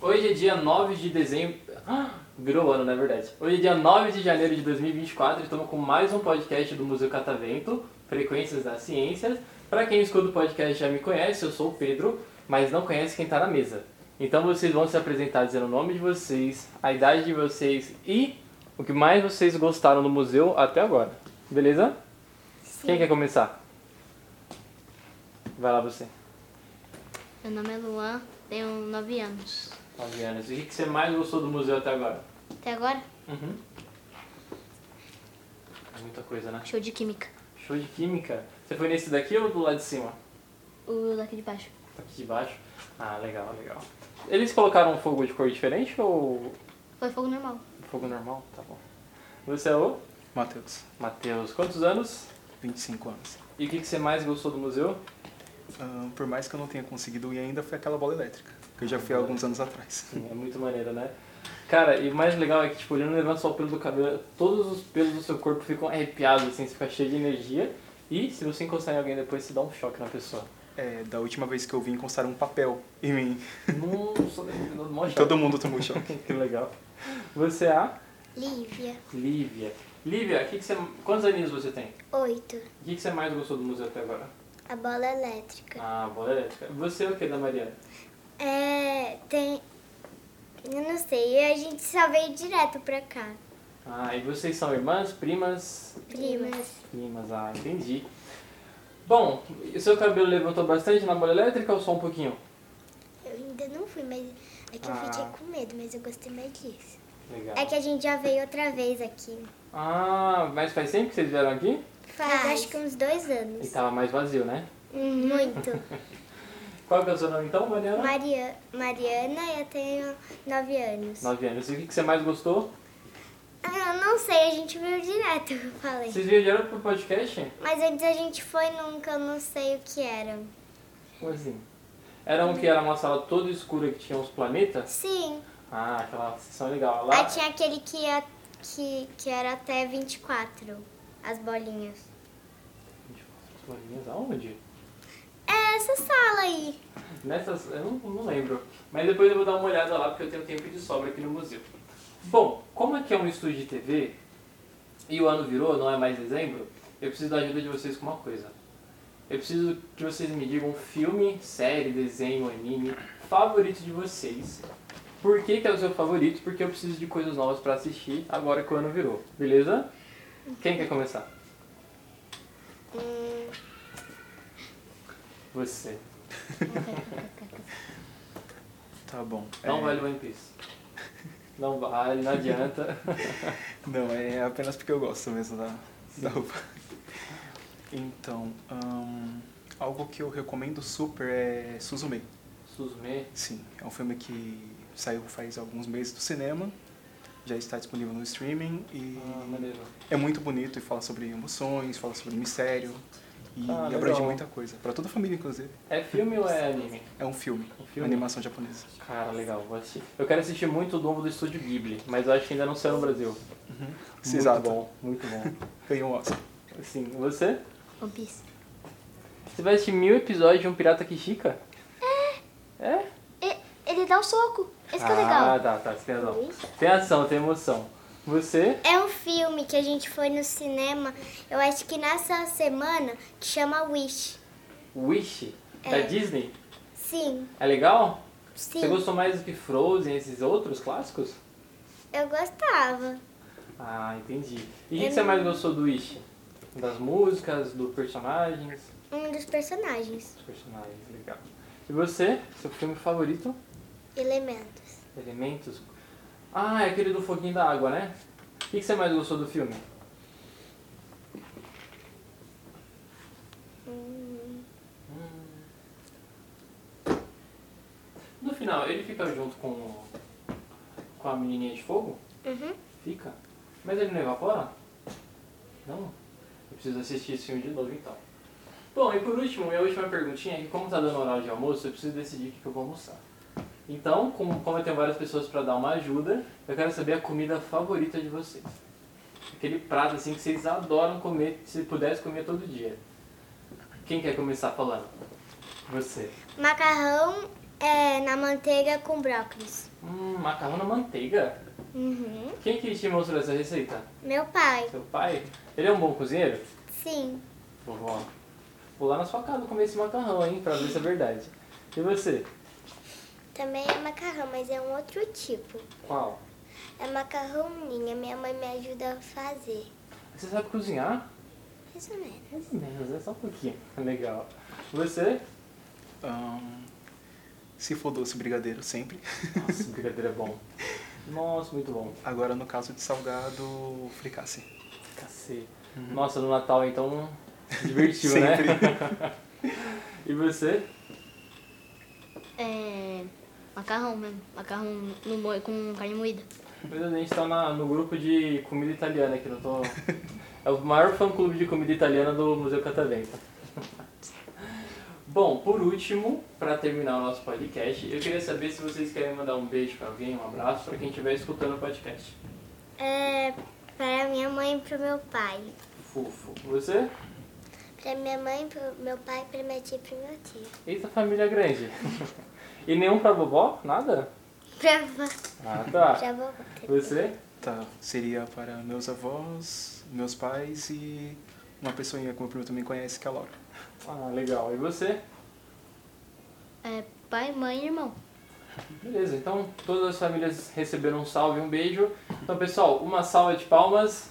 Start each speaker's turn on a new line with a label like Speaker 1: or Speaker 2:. Speaker 1: Hoje é dia 9 de dezembro. Ah, Virou ano, na verdade. Hoje é dia 9 de janeiro de 2024 e estamos com mais um podcast do Museu Catavento, Frequências das Ciências. Para quem escuta o podcast já me conhece, eu sou o Pedro, mas não conhece quem está na mesa. Então vocês vão se apresentar dizendo o nome de vocês, a idade de vocês e o que mais vocês gostaram do museu até agora. Beleza? Quem é quer começar? Vai lá você.
Speaker 2: Meu nome é Luan, tenho 9 anos.
Speaker 1: Nove anos. E o que que você mais gostou do museu até agora?
Speaker 2: Até agora,
Speaker 1: Uhum. É muita coisa, né?
Speaker 2: show de química.
Speaker 1: Show de química. Você foi nesse daqui ou do lado de cima? Tá
Speaker 2: O daqui de baixo.
Speaker 1: Aqui de baixo. Ah, legal, legal. Eles colocaram um fogo de cor diferente ou
Speaker 2: Foi fogo normal.
Speaker 1: fogo normal? Tá bom. Você é o
Speaker 3: Matheus,
Speaker 1: Matheus. Quantos anos?
Speaker 3: 25 anos.
Speaker 1: E o que que você mais gostou do museu?
Speaker 3: Ah, por mais que eu não tenha conseguido ir ainda, foi aquela bola elétrica, que eu já fui há alguns anos atrás.
Speaker 1: Sim, é muito maneiro, né? Cara, e o mais legal é que, tipo, ele não levanta só o pelo do cabelo, todos os pelos do seu corpo ficam arrepiados, assim, você fica cheio de energia. E se você encostar em alguém depois, você dá um choque na pessoa.
Speaker 3: É, da última vez que eu vi, encostaram um papel em mim.
Speaker 1: Nossa, dando mó choque.
Speaker 3: Todo mundo tomou choque.
Speaker 1: Que legal. Você é a
Speaker 2: Lívia,
Speaker 1: Lívia. Lívia, o que que você, quantos aninhos você tem?
Speaker 2: 8.
Speaker 1: O que, que você mais gostou do museu até agora?
Speaker 2: A bola elétrica.
Speaker 1: Ah, bola elétrica. Você é o que da Mariana?
Speaker 2: É, tem. Eu não sei, a gente só veio direto pra cá.
Speaker 1: Ah, e vocês são irmãs, primas?
Speaker 2: Primas.
Speaker 1: Primas, ah, entendi. Bom, e o seu cabelo levantou bastante na bola elétrica ou só um pouquinho?
Speaker 2: Eu ainda não fui, mas. É que eu
Speaker 1: Ah.
Speaker 2: fiquei com medo, mas eu gostei mais disso.
Speaker 1: Legal.
Speaker 4: É que a gente já veio outra vez aqui.
Speaker 1: Ah, mas faz tempo que vocês vieram aqui?
Speaker 4: Faz, acho que uns dois
Speaker 1: E
Speaker 4: anos.
Speaker 1: tava mais vazio, né?
Speaker 4: Muito.
Speaker 1: Qual que é o seu nome então, Mariana?
Speaker 4: Maria, Mariana, eu tenho nove anos.
Speaker 1: Nove anos. E o que, que você mais gostou?
Speaker 4: Ah, eu não sei, a gente veio direto, eu falei.
Speaker 1: Vocês vieram pro podcast?
Speaker 4: Mas antes a gente foi nunca, eu não sei o que era.
Speaker 1: Como assim? Era um que era uma sala toda escura que tinha uns planetas?
Speaker 4: Sim,
Speaker 1: Ah, aquela sessão é legal. Lá,
Speaker 4: aí tinha aquele que, ia, que, que era até 24, as bolinhas.
Speaker 1: Os planinhos, aonde?
Speaker 4: É essa sala aí.
Speaker 1: Nessas, eu não, não lembro. Mas depois eu vou dar uma olhada lá, porque eu tenho tempo de sobra aqui no museu. Bom, como aqui é um estúdio de TV, e o ano virou, não é mais dezembro, eu preciso da ajuda de vocês com uma coisa. Eu preciso que vocês me digam filme, série, desenho, anime, favorito de vocês. Por que, que é o seu favorito? Porque eu preciso de coisas novas pra assistir agora que o ano virou, beleza? Quem quer começar?
Speaker 4: Hum,
Speaker 1: Você.
Speaker 3: Tá bom.
Speaker 1: Não
Speaker 3: É,
Speaker 1: vale One Piece. Não vale, não adianta.
Speaker 3: Não, é apenas porque eu gosto mesmo da, da roupa. Então, ahn, algo que eu recomendo super é Suzume.
Speaker 1: Suzume.
Speaker 3: Sim, é um filme que saiu faz alguns meses do cinema, já está disponível no streaming e
Speaker 1: Ah, maneiro.
Speaker 3: é muito bonito e fala sobre emoções, fala sobre mistério e
Speaker 1: Ah,
Speaker 3: abrange
Speaker 1: legal.
Speaker 3: muita coisa, para toda a família inclusive.
Speaker 1: É filme ou é anime?
Speaker 3: É um filme,
Speaker 1: Um filme?
Speaker 3: animação japonesa.
Speaker 1: Cara, legal, vou assistir. Eu quero assistir muito o novo do estúdio Ghibli, mas eu acho que ainda não saiu no Brasil.
Speaker 3: Sim, Exato.
Speaker 1: Muito bom, muito bom.
Speaker 3: Ganhou um Oscar.
Speaker 1: Sim, você?
Speaker 2: One Piece.
Speaker 1: Você vai assistir mil episódios de um pirata que chica? É. É?
Speaker 2: E- ele dá um soco. Esse que é o
Speaker 1: Ah,
Speaker 2: legal.
Speaker 1: tá, tá, você tem razão. Tem ação, tem emoção. Você?
Speaker 4: É um filme que a gente foi no cinema, eu acho que nessa semana, que chama Wish.
Speaker 1: Wish? Da
Speaker 4: É.
Speaker 1: Disney?
Speaker 4: Sim,
Speaker 1: É legal?
Speaker 4: sim.
Speaker 1: Você gostou mais do que Frozen e esses outros clássicos?
Speaker 4: Eu gostava.
Speaker 1: Ah, entendi. E o que
Speaker 4: Eu
Speaker 1: você
Speaker 4: não-
Speaker 1: mais gostou do Wish? Das músicas, dos personagens?
Speaker 4: Um dos personagens.
Speaker 1: Os personagens, legal. E você, seu filme favorito?
Speaker 4: Elementos.
Speaker 1: Elementos? Ah, é aquele do foguinho da água, né? O que que você mais gostou do filme?
Speaker 4: Hum,
Speaker 1: No final, ele fica junto com, o- com a menininha de fogo?
Speaker 4: uhum.
Speaker 1: Fica. Mas ele não evapora? Não? Eu preciso assistir esse filme de novo então. Bom, e por último, minha última perguntinha é que como tá dando horário de almoço, eu preciso decidir o que que eu vou almoçar. Então, como, como eu tenho várias pessoas para dar uma ajuda, eu quero saber a comida favorita de vocês. Aquele prato assim que vocês adoram comer, se pudesse comer todo dia. Quem quer começar falando? Você.
Speaker 4: Macarrão é, na manteiga com brócolis.
Speaker 1: Hum, macarrão na manteiga?
Speaker 4: Uhum.
Speaker 1: Quem é que te mostrou essa receita?
Speaker 4: Meu pai,
Speaker 1: Seu pai? Ele é um bom cozinheiro?
Speaker 4: sim.
Speaker 1: Vovó. Vou lá na sua casa comer esse macarrão, hein, pra ver se é verdade. E você?
Speaker 2: Também é macarrão, mas é um outro tipo.
Speaker 1: Qual?
Speaker 2: É macarrão minha, minha mãe me ajuda a fazer.
Speaker 1: Você sabe cozinhar?
Speaker 2: Mais ou menos.
Speaker 1: Mais ou menos, é só um pouquinho. Legal. Você?
Speaker 3: Ahn, se for doce, brigadeiro, sempre.
Speaker 1: Nossa, brigadeiro é bom. Nossa, muito bom.
Speaker 3: Agora, no caso de salgado, fricasse.
Speaker 1: Cacete. Nossa, no Natal então divertiu, né? e você?
Speaker 5: É. Macarrão mesmo. Macarrão no molho com carne moída.
Speaker 1: Mas a gente tá na- no grupo de comida italiana aqui, não tô. É o maior fã clube de comida italiana do Museu Catavento. Bom, por último, pra terminar o nosso podcast, eu queria saber se vocês querem mandar um beijo pra alguém, um abraço pra quem estiver escutando o podcast.
Speaker 4: É, para minha mãe e para meu pai.
Speaker 1: Fofo. Você?
Speaker 2: Pra minha mãe, pro meu pai, pra minha tia e pro meu tio.
Speaker 1: Eita família grande. e nenhum pra vovó? Nada?
Speaker 4: Pra vo-
Speaker 1: Ah, tá.
Speaker 2: Pra vovó.
Speaker 1: Você?
Speaker 3: Tá, seria para meus avós, meus pais e uma pessoinha que meu primo também conhece, que é a Laura.
Speaker 1: Ah, legal. E você?
Speaker 5: É pai, mãe e irmão.
Speaker 1: Beleza, então todas as famílias receberam um salve, um beijo. Então, pessoal, uma salva de palmas.